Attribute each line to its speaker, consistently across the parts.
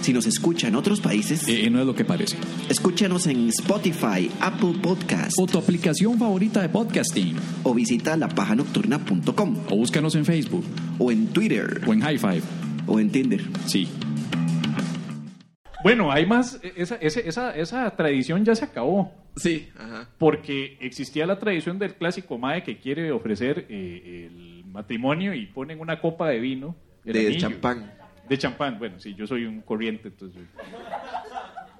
Speaker 1: Si nos escucha en otros países,
Speaker 2: Eh, no es lo que parece.
Speaker 1: escúchanos en Spotify, Apple Podcast
Speaker 2: O tu aplicación favorita de podcasting.
Speaker 1: o visita lapajanocturna.com
Speaker 2: O búscanos en Facebook.
Speaker 1: o en Twitter
Speaker 2: O en High Five.
Speaker 1: o en Tinder.
Speaker 2: Sí.
Speaker 3: Bueno, hay más, e-, esa, ese- esa, esa tradición ya se acabó,
Speaker 4: Sí, ajá.
Speaker 3: porque existía la tradición del clásico Mae que quiere ofrecer eh, el matrimonio y ponen una copa de vino. el
Speaker 4: De
Speaker 3: anillo.
Speaker 4: champán.
Speaker 3: De champán, bueno, sí, yo soy un corriente, entonces...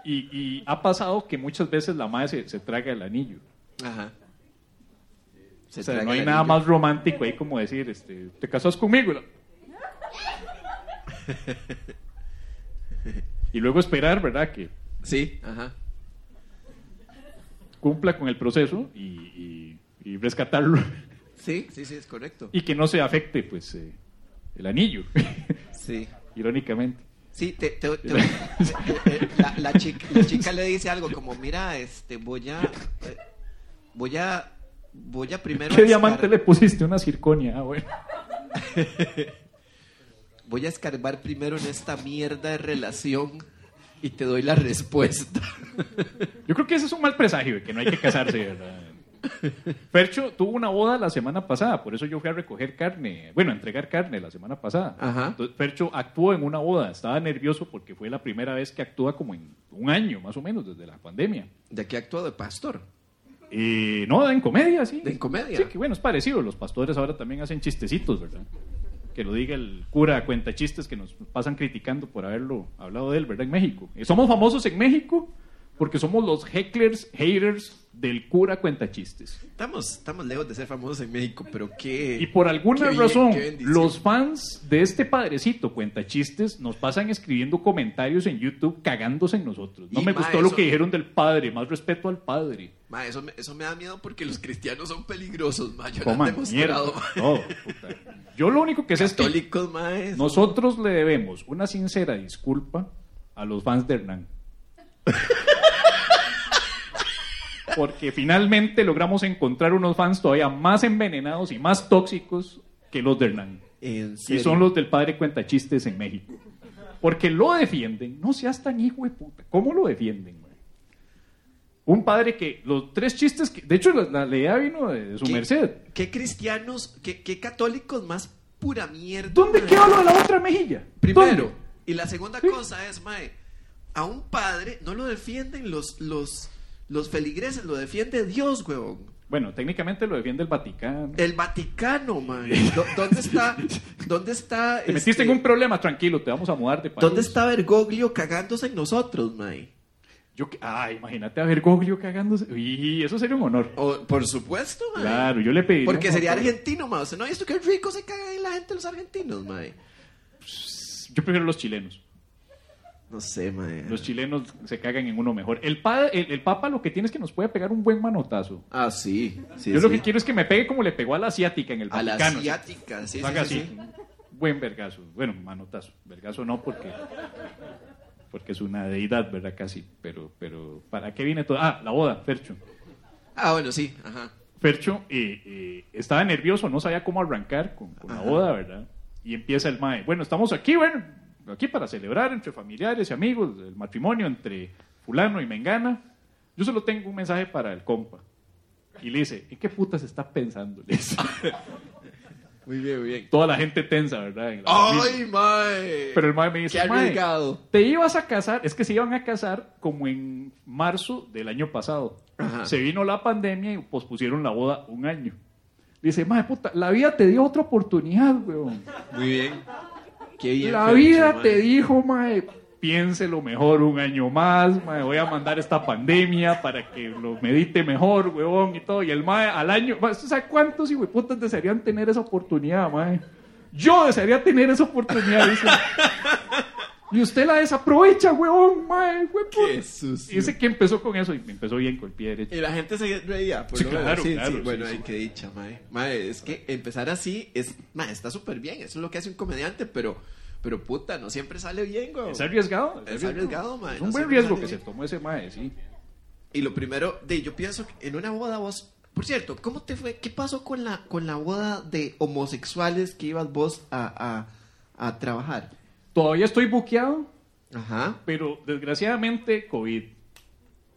Speaker 3: Y, y ha pasado que muchas veces la Mae se, se traga el anillo.
Speaker 4: Ajá. Se
Speaker 3: O sea,
Speaker 4: traga
Speaker 3: no hay
Speaker 4: el
Speaker 3: nada
Speaker 4: anillo.
Speaker 3: más romántico ahí como decir, este, te casas conmigo. Y la- Y luego esperar, ¿verdad? Que
Speaker 4: Sí, ajá.
Speaker 3: cumpla con el proceso y, y- y rescatarlo
Speaker 4: Sí, sí, sí, es correcto.
Speaker 3: y que no se afecte pues eh, el anillo,
Speaker 4: Sí.
Speaker 3: irónicamente.
Speaker 4: Sí, te, te- te- eh, la, la chica, la chica le dice algo como, mira, este, voy a, eh, voy a, voy a primero
Speaker 3: ¿Qué
Speaker 4: a
Speaker 3: diamante
Speaker 4: escar-
Speaker 3: le pusiste? Una circonia. Ah, bueno.
Speaker 4: voy a escarbar primero en esta mierda de relación y te doy la respuesta.
Speaker 3: Yo creo que ese es un mal presagio, de que no hay que casarse, ¿verdad? Fercho tuvo una boda la semana pasada, por eso yo fui a recoger carne, bueno, a entregar carne la semana pasada.
Speaker 4: Ajá.
Speaker 3: Entonces, Fercho actuó en una boda, estaba nervioso porque fue la primera vez que actúa como en un año, más o menos, desde la pandemia.
Speaker 4: ¿De qué ha actuado de pastor?
Speaker 3: Eh, no, en comedia, sí.
Speaker 4: ¿De en comedia?
Speaker 3: Sí, que bueno, es parecido. Los pastores ahora también hacen chistecitos, ¿verdad? Que lo diga el cura cuenta chistes que nos pasan criticando por haberlo hablado de él, ¿verdad? En México. Eh, somos famosos en México porque somos los hecklers, haters del cura cuenta chistes.
Speaker 4: Estamos, estamos lejos de ser famosos en México, pero qué...
Speaker 3: Y pues por alguna
Speaker 4: qué bien,
Speaker 3: razón,
Speaker 4: qué bendición.
Speaker 3: los fans de este padrecito cuenta chistes nos pasan escribiendo comentarios en YouTube cagándose en nosotros. No
Speaker 4: Y,
Speaker 3: me
Speaker 4: ma,
Speaker 3: gustó lo
Speaker 4: eso-
Speaker 3: que dijeron del padre, más respeto al padre.
Speaker 4: Ma, eso, me, eso me da miedo porque los cristianos son peligrosos, ma. Yo lo he
Speaker 3: Coman mierda.
Speaker 4: demostrado. ma.
Speaker 3: No, puta. Yo lo único que sé es que
Speaker 4: Católicos, ma, es-
Speaker 3: Nosotros le debemos una sincera disculpa a los fans de Hernán. Porque finalmente logramos encontrar unos fans todavía más envenenados y más tóxicos que los de Hernán.
Speaker 4: En
Speaker 3: Y
Speaker 4: serio.
Speaker 3: son los del padre cuenta chistes en México. Porque lo defienden. No seas tan hijo de puta. ¿Cómo lo defienden, güey? Un padre que los tres chistes. que- de hecho, la, la idea vino de, de su
Speaker 4: ¿Qué-
Speaker 3: merced.
Speaker 4: ¿Qué cristianos, qué, qué católicos más pura mierda?
Speaker 3: ¿Dónde
Speaker 4: ma?
Speaker 3: queda lo de la otra mejilla?
Speaker 4: Primero.
Speaker 3: ¿Dónde?
Speaker 4: Y la segunda
Speaker 3: Sí.
Speaker 4: cosa es, mae, a un padre no lo defienden los, los, los feligreses, lo defiende Dios, huevón.
Speaker 3: Bueno, técnicamente lo defiende el Vaticano.
Speaker 4: El Vaticano, mae. Do- ¿Dónde está? ¿Dónde está?
Speaker 3: Te
Speaker 4: este,
Speaker 3: metiste en un problema, tranquilo, te vamos a mudar de país.
Speaker 4: ¿Dónde está Bergoglio cagándose en nosotros, mae?
Speaker 3: Yo, que- ah, imagínate a Bergoglio cagándose. Y eso sería un honor.
Speaker 4: O- por supuesto, mae.
Speaker 3: Claro, yo le pediría.
Speaker 4: Porque
Speaker 3: un
Speaker 4: sería
Speaker 3: favor.
Speaker 4: argentino, mae. O sea, ¿no ha visto que rico se caga en la gente los argentinos, mae?
Speaker 3: Yo prefiero los chilenos.
Speaker 4: No sé, mae.
Speaker 3: Los chilenos se cagan en uno mejor. El, pa- el, el Papa lo que tiene es que nos puede pegar un buen manotazo.
Speaker 4: Ah, sí. sí,
Speaker 3: yo lo
Speaker 4: sí.
Speaker 3: que quiero es que me pegue como le pegó a la asiática en el
Speaker 4: A la
Speaker 3: Vaticano.
Speaker 4: asiática, sí, sí,
Speaker 3: Haga
Speaker 4: sí,
Speaker 3: así.
Speaker 4: sí.
Speaker 3: Buen vergazo. Bueno, manotazo. Vergazo no porque porque es una deidad, ¿verdad? Casi. Pero, pero ¿para qué viene todo? Ah, la boda, Fercho.
Speaker 4: Ah, bueno, sí, ajá.
Speaker 3: Fercho eh, eh, estaba nervioso, no sabía cómo arrancar con, con la
Speaker 4: Ajá.
Speaker 3: boda, ¿verdad? Y empieza el MAE. Bueno, estamos aquí, bueno, aquí para celebrar entre familiares y amigos el matrimonio entre fulano y mengana. Yo solo tengo un mensaje para el compa. Y le dice, ¿en qué putas estás pensando? Le dice.
Speaker 4: Muy bien, muy bien.
Speaker 3: Toda la gente tensa, ¿verdad? En la
Speaker 4: ¡Ay,
Speaker 3: familia.
Speaker 4: mae!
Speaker 3: Pero el MAE me dice,
Speaker 4: ¡Qué
Speaker 3: "Mae,
Speaker 4: arriesgado!
Speaker 3: te ibas a casar, es que se iban a casar como en marzo del año pasado.
Speaker 4: Ajá.
Speaker 3: Se vino la pandemia y pospusieron la boda un año. Dice, madre puta, la vida te dio otra oportunidad, weón.
Speaker 4: Muy bien. Qué bien.
Speaker 3: la
Speaker 4: Fercho,
Speaker 3: vida
Speaker 4: mae.
Speaker 3: te dijo, mae, piénselo mejor un año más, mae, voy a mandar esta pandemia para que lo medite mejor, weón, y todo. Y el mae al año, mae, ¿usted sabe cuántos hijueputas desearían tener esa oportunidad, mae? Yo desearía tener esa oportunidad, dice. Y usted la desaprovecha, huevón, mae, huevón.
Speaker 5: Qué sucio.
Speaker 3: Y ese que empezó con eso y me empezó bien con el pie derecho.
Speaker 4: Y la gente se reía, por
Speaker 3: Sí,
Speaker 4: lo menos.
Speaker 3: claro,
Speaker 4: sí, sí,
Speaker 3: claro,
Speaker 4: Bueno,
Speaker 3: sí,
Speaker 4: ay,
Speaker 3: sí.
Speaker 4: qué dicha, mae. Mae, es que empezar así es, mae, está súper bien. Eso es lo que hace un comediante, pero, pero puta, no siempre sale bien, güey.
Speaker 3: Es arriesgado.
Speaker 4: Es arriesgado, mae,
Speaker 3: Es
Speaker 4: no
Speaker 3: un buen
Speaker 4: sé,
Speaker 3: riesgo
Speaker 4: mae.
Speaker 3: que se tomó ese mae, sí.
Speaker 4: Y lo primero, de, yo pienso que en una boda vos. Por cierto, ¿cómo te fue? ¿Qué pasó con la, con la boda de homosexuales que ibas vos a, a, a trabajar?
Speaker 3: Todavía estoy buqueado,
Speaker 4: Ajá.
Speaker 3: pero desgraciadamente COVID.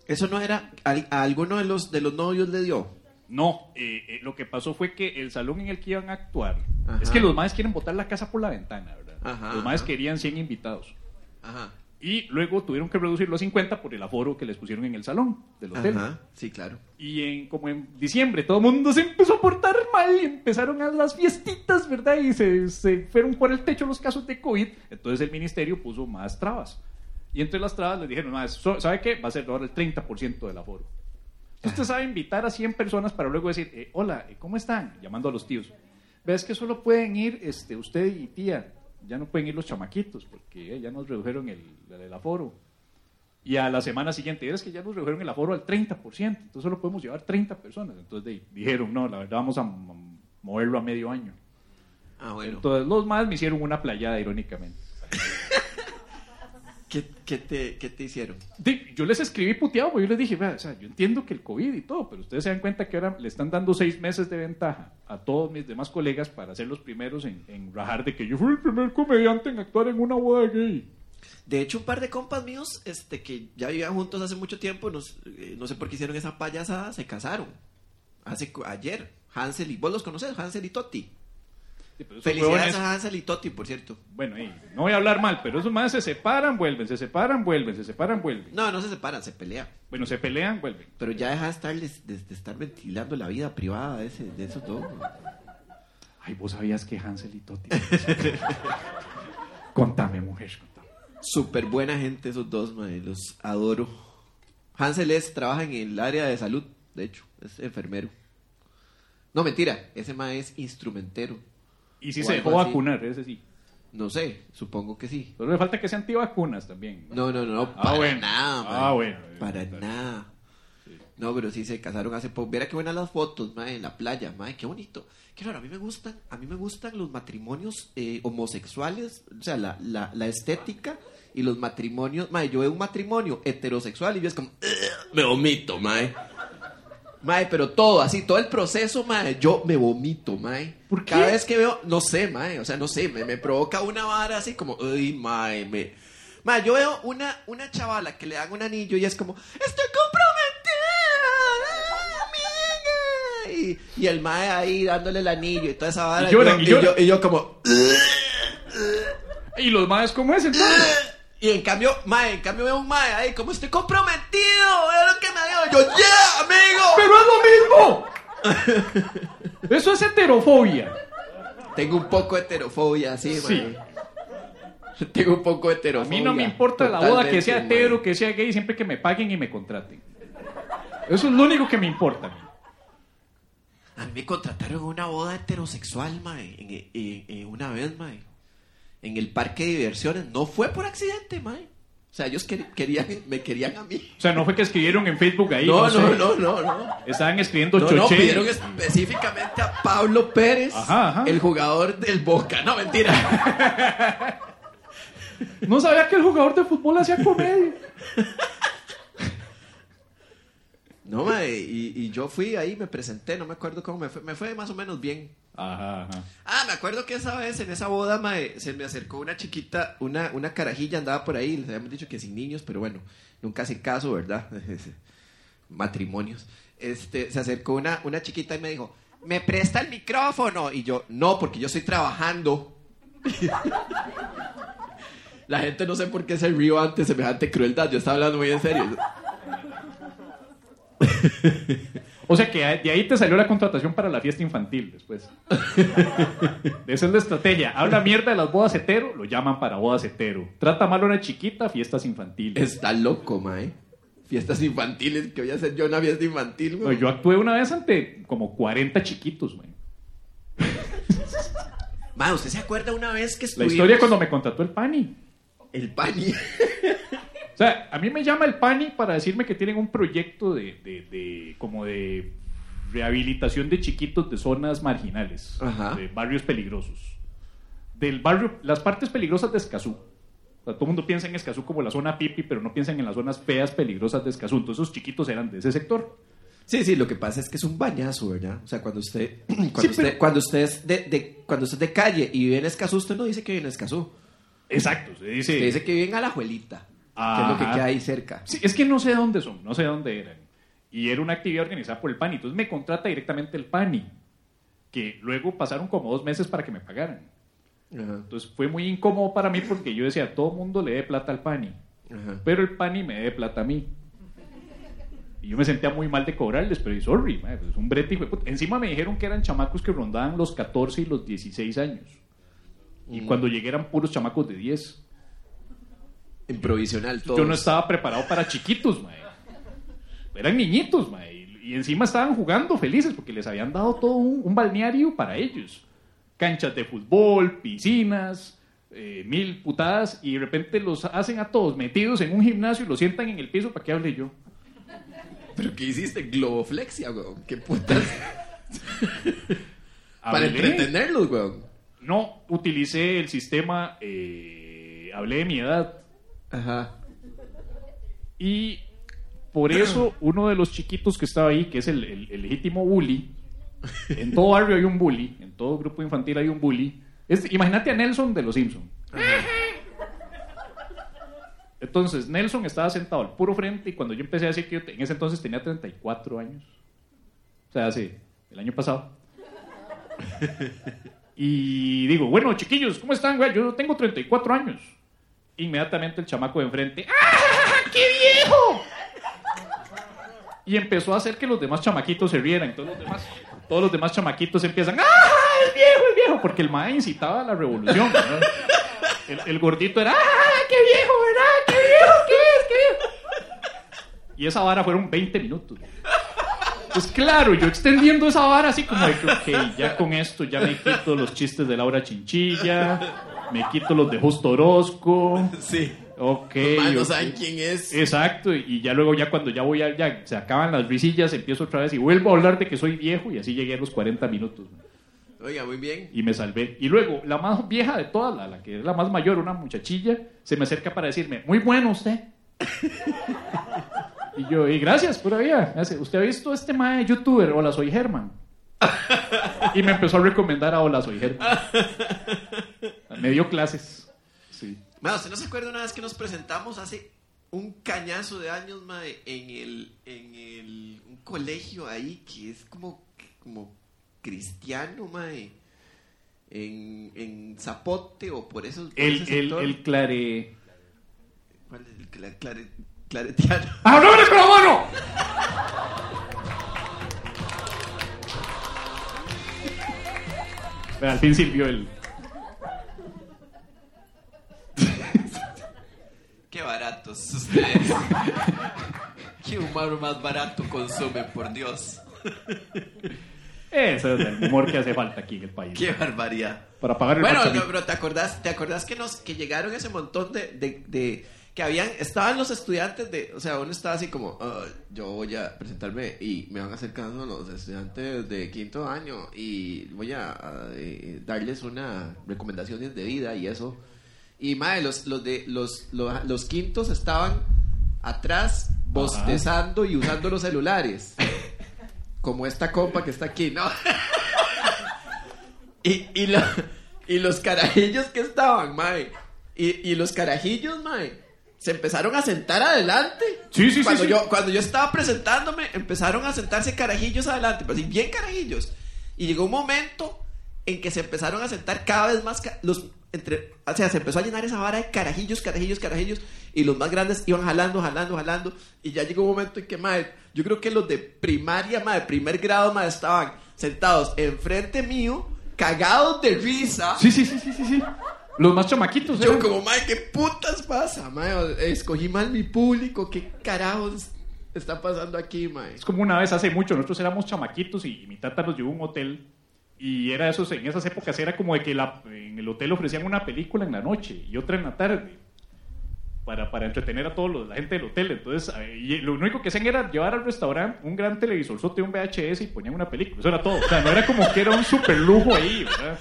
Speaker 4: Eso no era. al- A, alguno de los, de los novios le dio.
Speaker 3: No, eh, eh, lo que pasó fue que el salón en el que iban a actuar,
Speaker 4: Ajá.
Speaker 3: es que los maes quieren botar la casa por la ventana, ¿verdad?
Speaker 4: Ajá,
Speaker 3: los maes
Speaker 4: ajá.
Speaker 3: querían 100 invitados.
Speaker 4: Ajá.
Speaker 3: Y luego tuvieron que reducirlo a 50 por el aforo que les pusieron en el salón del hotel.
Speaker 4: Ajá. Sí, claro.
Speaker 3: Y en, como en diciembre todo el mundo se empezó a portar mal y empezaron a las fiestitas, ¿verdad? Y se, se fueron por el techo los casos de COVID. Entonces el ministerio puso más trabas. Y entre las trabas les dijeron, "Mae, so- ¿sabe qué? Va a ser ahora el 30% del aforo. Entonces, usted sabe invitar a 100 personas para luego decir, eh, hola, eh, ¿cómo están? Llamando a los tíos. Ves que solo pueden ir este, usted y tía. Ya no pueden ir los chamaquitos porque eh, ya nos redujeron el, el aforo. Y a la semana siguiente, es que ya nos redujeron el aforo al 30%, entonces solo podemos llevar 30 personas. Entonces de- dijeron, no, la verdad vamos a m- moverlo a medio año.
Speaker 4: Ah, bueno.
Speaker 3: Entonces los más me hicieron una playada irónicamente.
Speaker 4: ¿Qué, qué te, ¿Qué te hicieron?
Speaker 3: Di- Yo les escribí puteado, porque yo les dije, "Vea, o sea, yo entiendo que el COVID y todo, pero ustedes se dan cuenta que ahora le están dando seis meses de ventaja a todos mis demás colegas para ser los primeros en, en rajar de que yo fui el primer comediante en actuar en una boda gay.
Speaker 4: De hecho, un par de compas míos este, que ya vivían juntos hace mucho tiempo, nos- eh, no sé por qué hicieron esa payasada, se casaron. Hace, cu- ayer, Hansel y... ¿Vos los conoces? Hansel y Totti.
Speaker 3: Sí, pero esos
Speaker 4: Felicidades
Speaker 3: huevones-
Speaker 4: a Hansel y Totti, por cierto.
Speaker 3: Bueno, y no voy a hablar mal, pero esos más se separan, vuelven, se separan, vuelven, se separan, vuelven.
Speaker 4: No, no se separan, se pelean.
Speaker 3: Bueno, se pelean, vuelven.
Speaker 4: Pero ya deja de estar, les- de, de estar ventilando la vida privada de, ese, de esos dos. güey.
Speaker 3: Ay, vos sabías que Hansel y Totti. contame, mujer, contame.
Speaker 4: Súper buena gente esos dos, madre, los adoro. Hansel es, trabaja en el área de salud, de hecho, es enfermero. No, mentira, ese mae es instrumentero.
Speaker 3: Y si
Speaker 4: O
Speaker 3: se
Speaker 4: algo
Speaker 3: dejó
Speaker 4: así.
Speaker 3: vacunar, ese sí.
Speaker 4: No sé, supongo que sí.
Speaker 3: Solo le falta que sea antivacunas también.
Speaker 4: No, no, no,
Speaker 3: Ah,
Speaker 4: para
Speaker 3: bueno.
Speaker 4: nada,
Speaker 3: Ah,
Speaker 4: mae,
Speaker 3: bueno.
Speaker 4: Para
Speaker 3: Está bien.
Speaker 4: nada. No, pero sí se casaron hace poco. Viera qué buenas las fotos, mae, en la playa, mae, qué bonito. Qué raro, a mí me gustan, a mí me gustan los matrimonios eh, homosexuales, o sea, la, la, la estética y los matrimonios, mae, yo veo un matrimonio heterosexual y yo es como, "Ugh", me vomito, mae. Mae, pero todo, así, todo el proceso, mae, yo me vomito, mae.
Speaker 3: ¿Por qué?
Speaker 4: Cada vez que veo, no sé, mae, o sea, no sé, me, me provoca una vara así como, ay, mae, me... Mae, yo veo una, una chavala que le dan un anillo y es como, estoy comprometida, amiga. Y, y el mae ahí dándole el anillo y toda esa vara.
Speaker 3: Y lloran, y
Speaker 4: yo,
Speaker 3: lloran.
Speaker 4: yo- y yo como...
Speaker 3: ¿Y los madres cómo es entonces?
Speaker 4: Y en cambio, mae, en cambio veo un mae ahí como, estoy comprometido, es lo que me dio. Yo, yeah, amigo.
Speaker 3: ¡Pero es lo mismo! Eso es heterofobia.
Speaker 4: Tengo un poco de heterofobia, sí,
Speaker 3: Sí.
Speaker 4: man. Tengo un poco de
Speaker 3: A
Speaker 4: heterofobia.
Speaker 3: mí no me importa la boda, que sea
Speaker 4: Totalmente,
Speaker 3: hetero,
Speaker 4: man.
Speaker 3: que sea gay, siempre que me paguen y me contraten. Eso es lo único que me importa. a mí.
Speaker 4: A mí me contrataron en una boda heterosexual, mae. En, en- en una vez, mae. En el parque de diversiones. No fue por accidente, mae. O sea, ellos quer- querían, me querían a mí.
Speaker 3: O sea, no fue que escribieron en Facebook ahí.
Speaker 4: No, no,
Speaker 3: sé.
Speaker 4: no, no, no.
Speaker 3: Estaban escribiendo
Speaker 4: No, no,
Speaker 3: choché.
Speaker 4: pidieron específicamente a Pablo Pérez,
Speaker 3: Ajá, ajá.
Speaker 4: el jugador del Boca. No, mentira.
Speaker 3: No sabía que el jugador de fútbol hacía comedia.
Speaker 4: No, mae, y, y yo fui ahí, me presenté, no me acuerdo cómo me fue. Me fue más o menos bien.
Speaker 3: Ajá, ajá.
Speaker 4: Ah, me acuerdo que esa vez en esa boda mae, se me acercó una chiquita, una, una carajilla andaba por ahí, les habíamos dicho que sin niños, pero bueno, nunca hacen caso, ¿verdad? Matrimonios. Este, se acercó una, una chiquita y me dijo, ¿me presta el micrófono? Y yo, no, porque yo estoy trabajando. La gente no sé por qué se rió ante semejante crueldad, yo estaba hablando muy en serio.
Speaker 3: O sea que de ahí te salió la contratación para la fiesta infantil después. Esa es la estrategia. Habla mierda de las bodas hetero, lo llaman para bodas hetero. Trata mal a una chiquita, fiestas infantiles.
Speaker 4: Está loco, mae. Fiestas infantiles, que voy a hacer yo una fiesta infantil,
Speaker 3: No,
Speaker 4: güey.
Speaker 3: Yo actué una vez ante como 40 chiquitos, güey.
Speaker 4: Ma, ¿usted se acuerda una vez que
Speaker 3: La
Speaker 4: estuvimos...
Speaker 3: historia cuando me contrató el Pani.
Speaker 4: El pani.
Speaker 3: O sea, a mí me llama el PANI para decirme que tienen un proyecto de, de- de- como de rehabilitación de chiquitos de zonas marginales,
Speaker 4: Ajá.
Speaker 3: de barrios peligrosos. Del barrio, las partes peligrosas de Escazú. O sea, todo el mundo piensa en Escazú como la zona pipi, pero no piensan en las zonas feas peligrosas de Escazú. Entonces, esos chiquitos eran de ese sector.
Speaker 4: Sí, sí, lo que pasa es que es un bañazo, ¿verdad? O sea, cuando usted cuando
Speaker 3: Sí,
Speaker 4: usted,
Speaker 3: pero-
Speaker 4: cuando usted es de, de- cuando usted es de calle y vive en Escazú, usted no dice que vive en Escazú.
Speaker 3: Exacto, se dice.
Speaker 4: Usted dice que vive en Alajuelita, que es lo
Speaker 3: Ajá.
Speaker 4: que queda ahí cerca.
Speaker 3: Sí, es que no sé dónde son, no sé dónde eran. Y era una actividad organizada por el PANI. Entonces me contrata directamente el PANI, que luego pasaron como dos meses para que me pagaran.
Speaker 4: Ajá,
Speaker 3: Entonces fue muy incómodo para mí porque yo decía, todo mundo le dé plata al PANI,
Speaker 4: ajá.
Speaker 3: pero el PANI me dé plata a mí. Y yo me sentía muy mal de cobrarles, pero y sorry, mae, pues, es un brete. hijo de puta. Encima me dijeron que eran chamacos que rondaban los 14 y los 16 años. Y cuando llegué eran puros chamacos de 10.
Speaker 4: En provisional todo.
Speaker 3: Yo no estaba preparado para chiquitos, mae. Eran niñitos, mae. Y- Y encima estaban jugando felices porque les habían dado todo un, un balneario para ellos. Canchas de fútbol, piscinas, eh, mil putadas. Y de repente los hacen a todos metidos en un gimnasio y los sientan en el piso para que hable yo.
Speaker 4: ¿Pero qué hiciste? Globoflexia, weón. ¿Qué putas? Para
Speaker 3: Hablé.
Speaker 4: entretenerlos, weón.
Speaker 3: No utilicé el sistema, eh, hablé de mi edad.
Speaker 4: Ajá.
Speaker 3: Y por eso uno de los chiquitos que estaba ahí, que es el, el- el legítimo bully, en todo barrio hay un bully, en todo grupo infantil hay un bully. Es- imagínate a Nelson de los Simpson. Entonces, Nelson estaba sentado al puro frente y cuando yo empecé a decir que yo te- en ese entonces tenía 34 años. O sea, sí, el año pasado. Y digo, bueno, chiquillos, ¿cómo están, güey? Yo tengo 34 años. Inmediatamente el chamaco de enfrente, ¡ah, qué viejo! Y empezó a hacer que los demás chamaquitos se rieran. Todos los demás, todos los demás chamaquitos empiezan, ¡ah, el viejo, el viejo! Porque el mae incitaba a la revolución. ¿verdad? El, el gordito era, ¡ah, qué viejo, verdad! ¡Qué viejo, qué es, qué viejo! Y esa vara fueron 20 minutos. Pues claro, yo extendiendo esa vara así como de que, ok, ya con esto ya me quito los chistes de Laura Chinchilla, me quito los de Justo Orozco,
Speaker 4: Sí.
Speaker 3: ok.
Speaker 4: Más
Speaker 3: ok.
Speaker 4: no
Speaker 3: Eh.
Speaker 4: saben quién es.
Speaker 3: Exacto, y ya luego ya cuando ya voy, a, ya se acaban las risillas, empiezo otra vez y vuelvo a hablar de que soy viejo y así llegué a los 40 minutos man,
Speaker 4: Oiga, muy bien.
Speaker 3: y me salvé. Y luego la más vieja de todas, la, la que es la más mayor, una muchachilla, se me acerca para decirme, muy bueno usted. y yo, y gracias, pura vida. Me hace, ¿Usted ha visto a este mae youtuber? Hola, soy Germán. y me empezó a recomendar a Hola, soy Germán. Me dio clases. Sí.
Speaker 4: Ma, ¿usted no se acuerda una vez que nos presentamos hace un cañazo de años, mae, en el, en el, un colegio ahí que es como, como cristiano, mae, en, en Zapote o por esos, por
Speaker 3: El,
Speaker 4: ese
Speaker 3: el,
Speaker 4: sector?
Speaker 3: el clare...
Speaker 4: ¿Cuál es el cla- clare- claretiano?
Speaker 3: ¡Hablamos con la mano! Pero al fin sirvió el.
Speaker 4: Qué baratos ustedes. Qué humano más barato consumen, por Dios.
Speaker 3: Ese es el humor que hace falta aquí en el país.
Speaker 4: Qué barbaridad.
Speaker 3: Para pagar el
Speaker 4: Bueno,
Speaker 3: parchamiento.
Speaker 4: no, pero ¿te acordás, te acordás que nos que llegaron ese montón de, de- de- que habían estaban los estudiantes de, o sea, uno estaba así como, "Ah, yo voy a presentarme y me van a hacer caso los estudiantes de quinto año y voy a, a, eh, darles una recomendaciones de vida y eso. Y madre, los los de los los, los quintos estaban atrás bostezando y usando los celulares. Como esta compa que está aquí, ¿no? Y, y, lo- y los carajillos que estaban, mae. Y, y los carajillos, mae. Se empezaron a sentar adelante.
Speaker 3: Sí, sí, sí,
Speaker 4: cuando
Speaker 3: sí.
Speaker 4: Yo, cuando yo estaba presentándome, empezaron a sentarse carajillos adelante. Pero así, bien carajillos. Y llegó un momento en que se empezaron a sentar cada vez más. ca- Los, entre, o sea, se empezó a llenar esa vara de carajillos, carajillos, carajillos. Y los más grandes iban jalando, jalando, jalando. Y ya llegó un momento en que, mae, yo creo que los de primaria, mae, primer grado, mae, estaban sentados enfrente mío, cagados de risa.
Speaker 3: Sí, sí, sí, sí, sí, sí. Los más chamaquitos, ¿eh?
Speaker 4: Yo
Speaker 3: eran.
Speaker 4: como, mae, ¿qué putas pasa, mae? O- Escogí mal mi público, ¿qué carajos está pasando aquí, mae?
Speaker 3: Es como una vez hace mucho, nosotros éramos chamaquitos y mi tata nos llevó a un hotel y era esos, en esas épocas era como de que la- en el hotel ofrecían una película en la noche y otra en la tarde. para, para entretener a todos los, la gente del hotel. Entonces, eh, y lo único que hacían era llevar al restaurante un gran televisor, sote un VHS y ponían una película. Eso era todo. O sea, no era como que era un super lujo ahí, ¿verdad?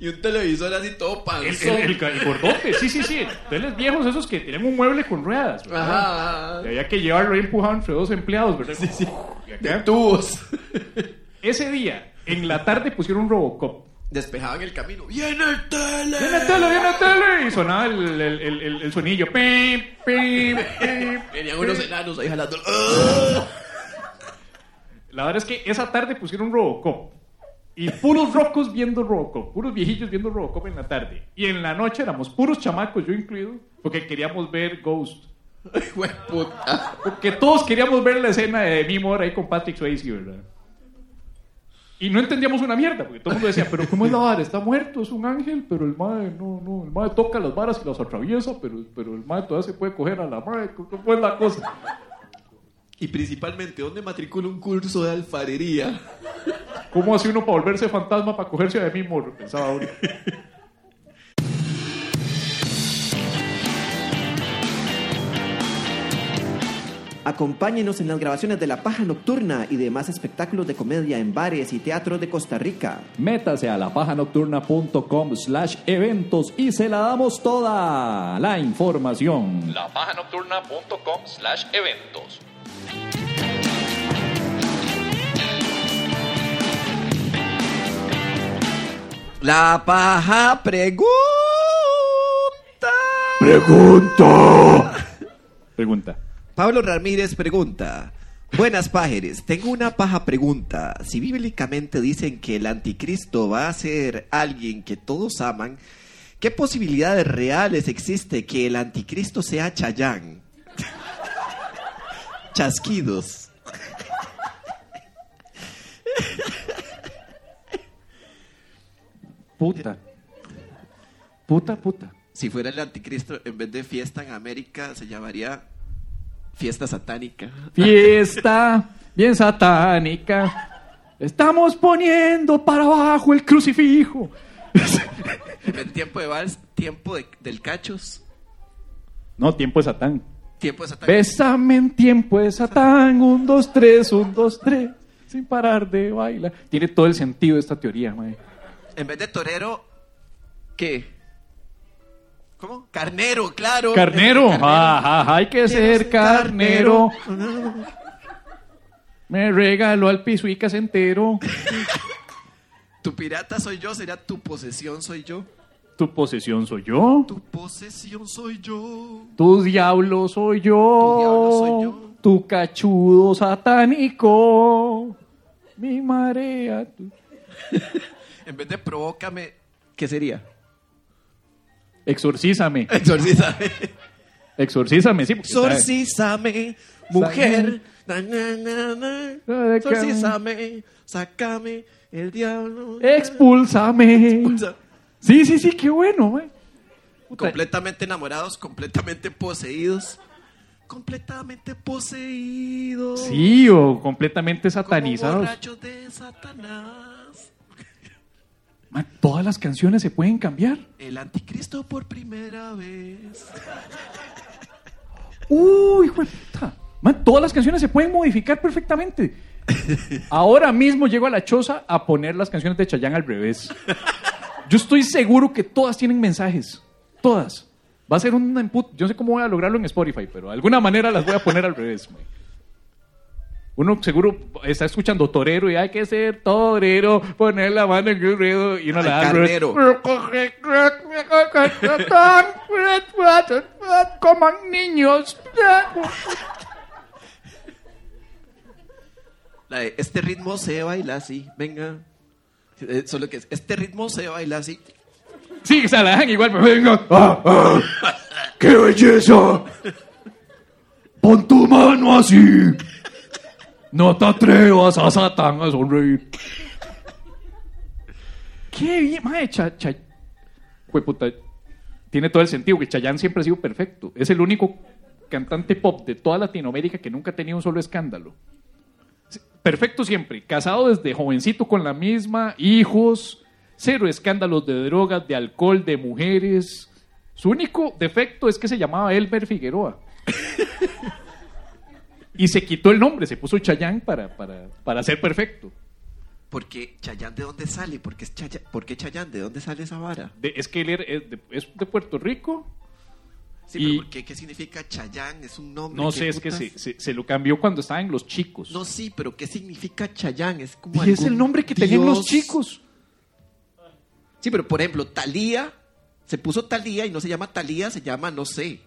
Speaker 4: Y un televisor así todo
Speaker 3: El,
Speaker 4: panzón.
Speaker 3: el, el- el gordote, sí, sí, sí. Hoteles viejos esos que tenían un mueble con ruedas, ¿verdad?
Speaker 4: Ajá.
Speaker 3: Y había que llevarlo ahí empujado entre dos empleados, ¿verdad? Y acá-
Speaker 4: De tubos.
Speaker 3: Ese día, en la tarde, pusieron Robocop.
Speaker 4: Despejaban el camino. ¡Viene el tele!
Speaker 3: ¡Viene la tele, viene la tele! Y sonaba el, el, el, el, el sonillo. ¡Pim, pim, pim!
Speaker 4: Venían unos enanos ahí jalando. ¡Ah!
Speaker 3: La verdad es que esa tarde pusieron Robocop. Y puros rocos viendo Robocop, puros viejillos viendo Robocop en la tarde. Y en la noche éramos puros chamacos, yo incluido, porque queríamos ver Ghost.
Speaker 4: Ay, güey, puta.
Speaker 3: Porque todos queríamos ver la escena de Demi Moore ahí con Patrick Swayze, ¿verdad? Y no entendíamos una mierda, porque todo el mundo decía, pero ¿cómo es la vara? Está muerto, es un ángel, pero el mae, no, no, el mae toca las varas y las atraviesa, pero, pero el mae todavía se puede coger a la mae, ¿cómo es la cosa?
Speaker 4: Y principalmente, ¿dónde matriculo un curso de alfarería?
Speaker 3: ¿Cómo hace uno para volverse fantasma para cogerse a Demi Moore? Pensaba uno.
Speaker 1: Acompáñenos en las grabaciones de La Paja Nocturna y demás espectáculos de comedia en bares y teatros de Costa Rica.
Speaker 2: Métase a lapajanocturna.com slash eventos y se la damos toda la información.
Speaker 5: lapajanocturna.com slash eventos.
Speaker 4: La paja pregunta.
Speaker 3: Pregunta.
Speaker 4: Pablo Ramírez pregunta. Buenas pájeres, tengo una paja pregunta. Si bíblicamente dicen que el anticristo va a ser alguien que todos aman, ¿qué posibilidades reales existe que el anticristo sea Chayán? Chasquidos.
Speaker 2: Puta. Puta, puta.
Speaker 4: Si fuera el anticristo, en vez de fiesta en América, se llamaría fiesta satánica.
Speaker 2: Fiesta bien satánica. Estamos poniendo para abajo el crucifijo.
Speaker 4: En vez de tiempo de vals, tiempo de- del cachos,
Speaker 3: No, tiempo de Satán.
Speaker 4: tiempo de satánica.
Speaker 2: Bésame en tiempo de satán. Un, dos, tres, un, dos, tres. Sin parar de bailar.
Speaker 3: Tiene todo el sentido esta teoría, mae.
Speaker 4: En vez de torero, ¿qué? ¿Cómo? Carnero, claro.
Speaker 3: Carnero, Ah. ajá, ajá, hay que ser
Speaker 4: ser
Speaker 3: carnero. Me regaló al pisuicas entero.
Speaker 4: Tu pirata soy yo, será tu posesión soy yo.
Speaker 3: Tu posesión soy yo.
Speaker 4: Tu posesión soy yo.
Speaker 3: Tu diablo soy yo.
Speaker 4: Tu diablo soy yo.
Speaker 3: Tu cachudo satánico. Mi marea. tu-
Speaker 4: En vez de provócame, ¿qué sería?
Speaker 3: Exorcízame.
Speaker 4: Exorcízame.
Speaker 3: Exorcízame, sí. porque está-
Speaker 4: Exorcízame, mujer. Na, na, na, na. Exorcízame, sácame el diablo.
Speaker 3: Expulsame.
Speaker 4: Expulsa.
Speaker 3: Sí, sí, sí, qué bueno, mae.
Speaker 4: Completamente enamorados, completamente poseídos. Completamente poseídos.
Speaker 3: Sí, o completamente
Speaker 4: Como
Speaker 3: satanizados.
Speaker 4: borrachos de Satanás.
Speaker 3: Mae, Todas las canciones se pueden cambiar.
Speaker 4: El anticristo por primera vez.
Speaker 3: Uy, hijo de puta. Man, todas las canciones se pueden modificar perfectamente. Ahora mismo llego a la choza a poner las canciones de Chayanne al revés. Yo estoy seguro que todas tienen mensajes. Todas. Va a ser un input. Yo no sé cómo voy a lograrlo en Spotify, pero de alguna manera las voy a poner al revés. mae. Uno seguro está escuchando torero y hay que ser torero, poner la mano en el ruedo y uno la da al revés. Coman niños.
Speaker 4: La de, este ritmo se baila así. Venga. Eh, Solo que es, este ritmo se baila así.
Speaker 3: Sí, se la dejan igual, pero venga. ¡Ah!
Speaker 2: ¡Qué belleza! Pon tu mano así.
Speaker 3: No te atrevas a Satán a sonreír. Qué bien, mae, cha, cha- Jue puta, Tiene todo el sentido que Chayanne siempre ha sido perfecto. Es el único cantante pop de toda Latinoamérica que nunca ha tenido un solo escándalo. Sí, Perfecto siempre, casado desde jovencito con la misma, hijos, cero escándalos de drogas, de alcohol, de mujeres. Su único defecto es que se llamaba Elber Figueroa. y se quitó el nombre, se puso Chayán para, para, para ser perfecto.
Speaker 4: Porque Chayán, ¿de dónde sale? ¿Por qué, es Chaya- ¿Por qué Chayán? ¿De dónde sale esa vara?
Speaker 3: De- es que él era- es de, es de Puerto Rico.
Speaker 4: Sí,
Speaker 3: Y-
Speaker 4: pero ¿por qué? ¿Qué significa Chayán? Es un nombre.
Speaker 3: No
Speaker 4: ¿qué
Speaker 3: sé, es que
Speaker 4: putas?
Speaker 3: se, se- se lo cambió cuando estaban los chicos.
Speaker 4: No, sí, pero ¿qué significa Chayán? Es como.
Speaker 3: y es
Speaker 4: algún
Speaker 3: el nombre que tenían los
Speaker 4: dios.
Speaker 3: chicos.
Speaker 4: Sí, pero por ejemplo, Talía. Se puso Talía y no se llama Talía, se llama, no sé.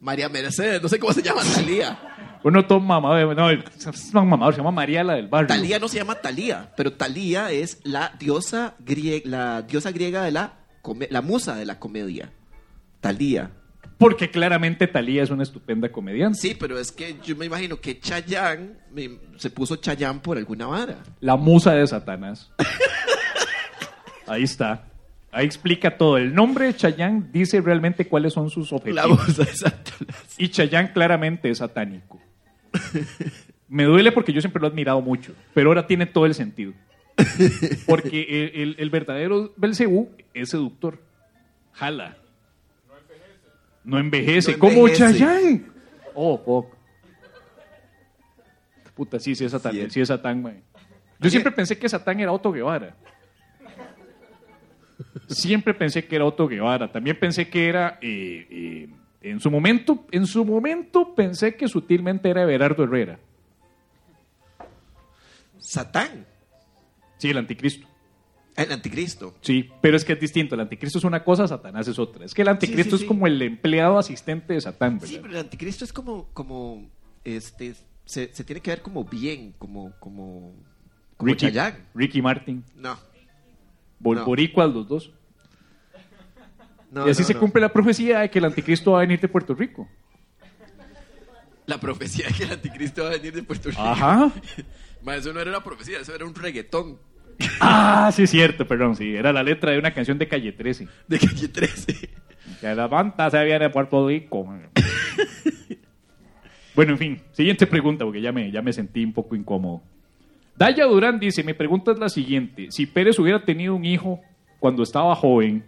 Speaker 4: María Mercedes, no sé cómo se llama Talía.
Speaker 3: Uno todo mamador, no, es un mamador, se llama María la del barrio.
Speaker 4: Talía no se llama Talía, pero Talía es la diosa griega, la diosa griega de la, come- la musa de la comedia. Talía.
Speaker 3: Porque claramente Talía es una estupenda comediante.
Speaker 4: Sí, pero es que yo me imagino que Chayán me- se puso Chayán por alguna vara.
Speaker 3: La musa de Satanás. Ahí está. Ahí explica todo. El nombre de Chayán dice realmente cuáles son sus
Speaker 4: La
Speaker 3: objetivos.
Speaker 4: musa de Satanás.
Speaker 3: Y Chayán claramente es satánico. Me duele porque yo siempre lo he admirado mucho, pero ahora tiene todo el sentido. Porque el, el- el verdadero Belcebú es seductor. Jala. No envejece.
Speaker 4: No
Speaker 3: ¿Cómo
Speaker 4: envejece.
Speaker 3: Chayán? Oh, fuck. Puta, sí, sí es Satán.
Speaker 4: Cierto.
Speaker 3: Sí es Satán, mae. Yo siempre pensé que Satán era Otto Guevara. Siempre pensé que era Otto Guevara. También pensé que era. eh, eh, en su momento, en su momento pensé que sutilmente era Everardo Herrera.
Speaker 4: Satán,
Speaker 3: Sí, el anticristo.
Speaker 4: el anticristo.
Speaker 3: Sí, pero es que es distinto. El anticristo es una cosa, Satanás es otra. Es que el anticristo
Speaker 4: sí,
Speaker 3: es
Speaker 4: sí.
Speaker 3: como el empleado asistente de Satán. ¿verdad?
Speaker 4: Sí, pero el anticristo es como, como, este, se, se tiene que ver como bien, como, como, como
Speaker 3: Ricky,
Speaker 4: Chayán.
Speaker 3: Ricky Martin.
Speaker 4: No,
Speaker 3: Bor-
Speaker 4: No.
Speaker 3: Boricuas los dos.
Speaker 4: no.
Speaker 3: y así
Speaker 4: no,
Speaker 3: se
Speaker 4: no.
Speaker 3: cumple la profecía de que el anticristo va a venir de Puerto Rico.
Speaker 4: La profecía de que el anticristo va a venir de Puerto Rico.
Speaker 3: Ajá.
Speaker 4: Ma, eso no era una profecía, eso era un reggaetón
Speaker 3: Ah, sí, cierto, perdón, sí. Era la letra de una canción de Calle 13.
Speaker 4: de calle 13.
Speaker 3: Que la banda se viene de Puerto Rico. bueno, en fin, siguiente pregunta, porque ya me, ya me sentí un poco incómodo. Daya Durán dice: Mi pregunta es la siguiente. Si Pérez hubiera tenido un hijo cuando estaba joven.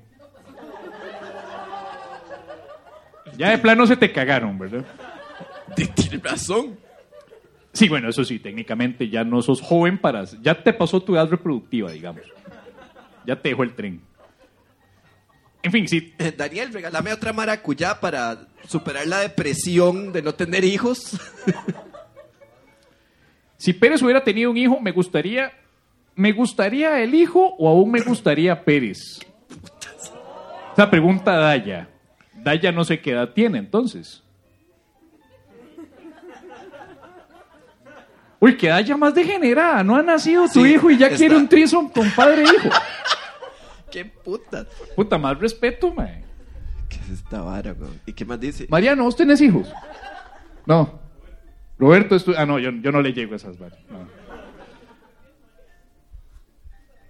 Speaker 3: Ya de plano se te cagaron, ¿verdad?
Speaker 4: T- Tiene razón.
Speaker 3: Sí, bueno, eso sí, técnicamente ya no sos joven para... Ya te pasó tu edad reproductiva, digamos. Ya te dejó el tren. En fin, sí,
Speaker 4: Eh, Daniel, regálame otra maracuyá para superar la depresión de no tener hijos.
Speaker 3: Si Pérez hubiera tenido un hijo, me gustaría. ¿Me gustaría el hijo o aún me gustaría Pérez? Esa pregunta a Daya. Daya no sé qué edad tiene entonces. Uy, qué Daya más degenerada. No ha nacido tu
Speaker 4: Sí,
Speaker 3: hijo y ya
Speaker 4: está.
Speaker 3: quiere un trison con padre e hijo.
Speaker 4: ¡Qué puta!
Speaker 3: Puta, más respeto, mae.
Speaker 4: ¿Qué es esta vara, weón? ¿Y qué más dice?
Speaker 3: Mariano, ¿vos tenés hijos? No. Roberto, es tu- ah, no, yo, yo no le llego a esas varas. no.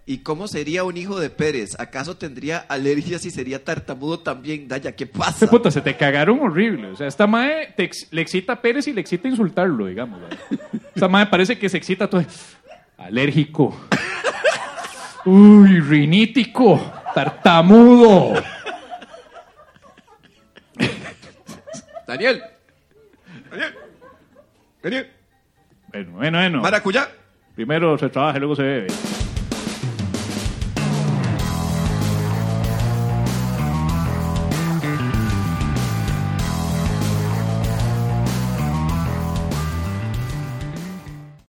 Speaker 4: ¿Y cómo sería un hijo de Pérez? ¿Acaso tendría alergias y sería tartamudo también? Daya, ¿qué pasa?
Speaker 3: Este puta, se te cagaron horrible. O sea, esta mae te ex- le excita a Pérez y le excita insultarlo, digamos. ¿verdad? Esta mae parece que se excita todo. Alérgico. Uy, rinítico. Tartamudo.
Speaker 4: Daniel. Daniel. Daniel.
Speaker 3: Bueno, bueno, bueno.
Speaker 4: Maracuyá.
Speaker 3: Primero se trabaja y luego se bebe.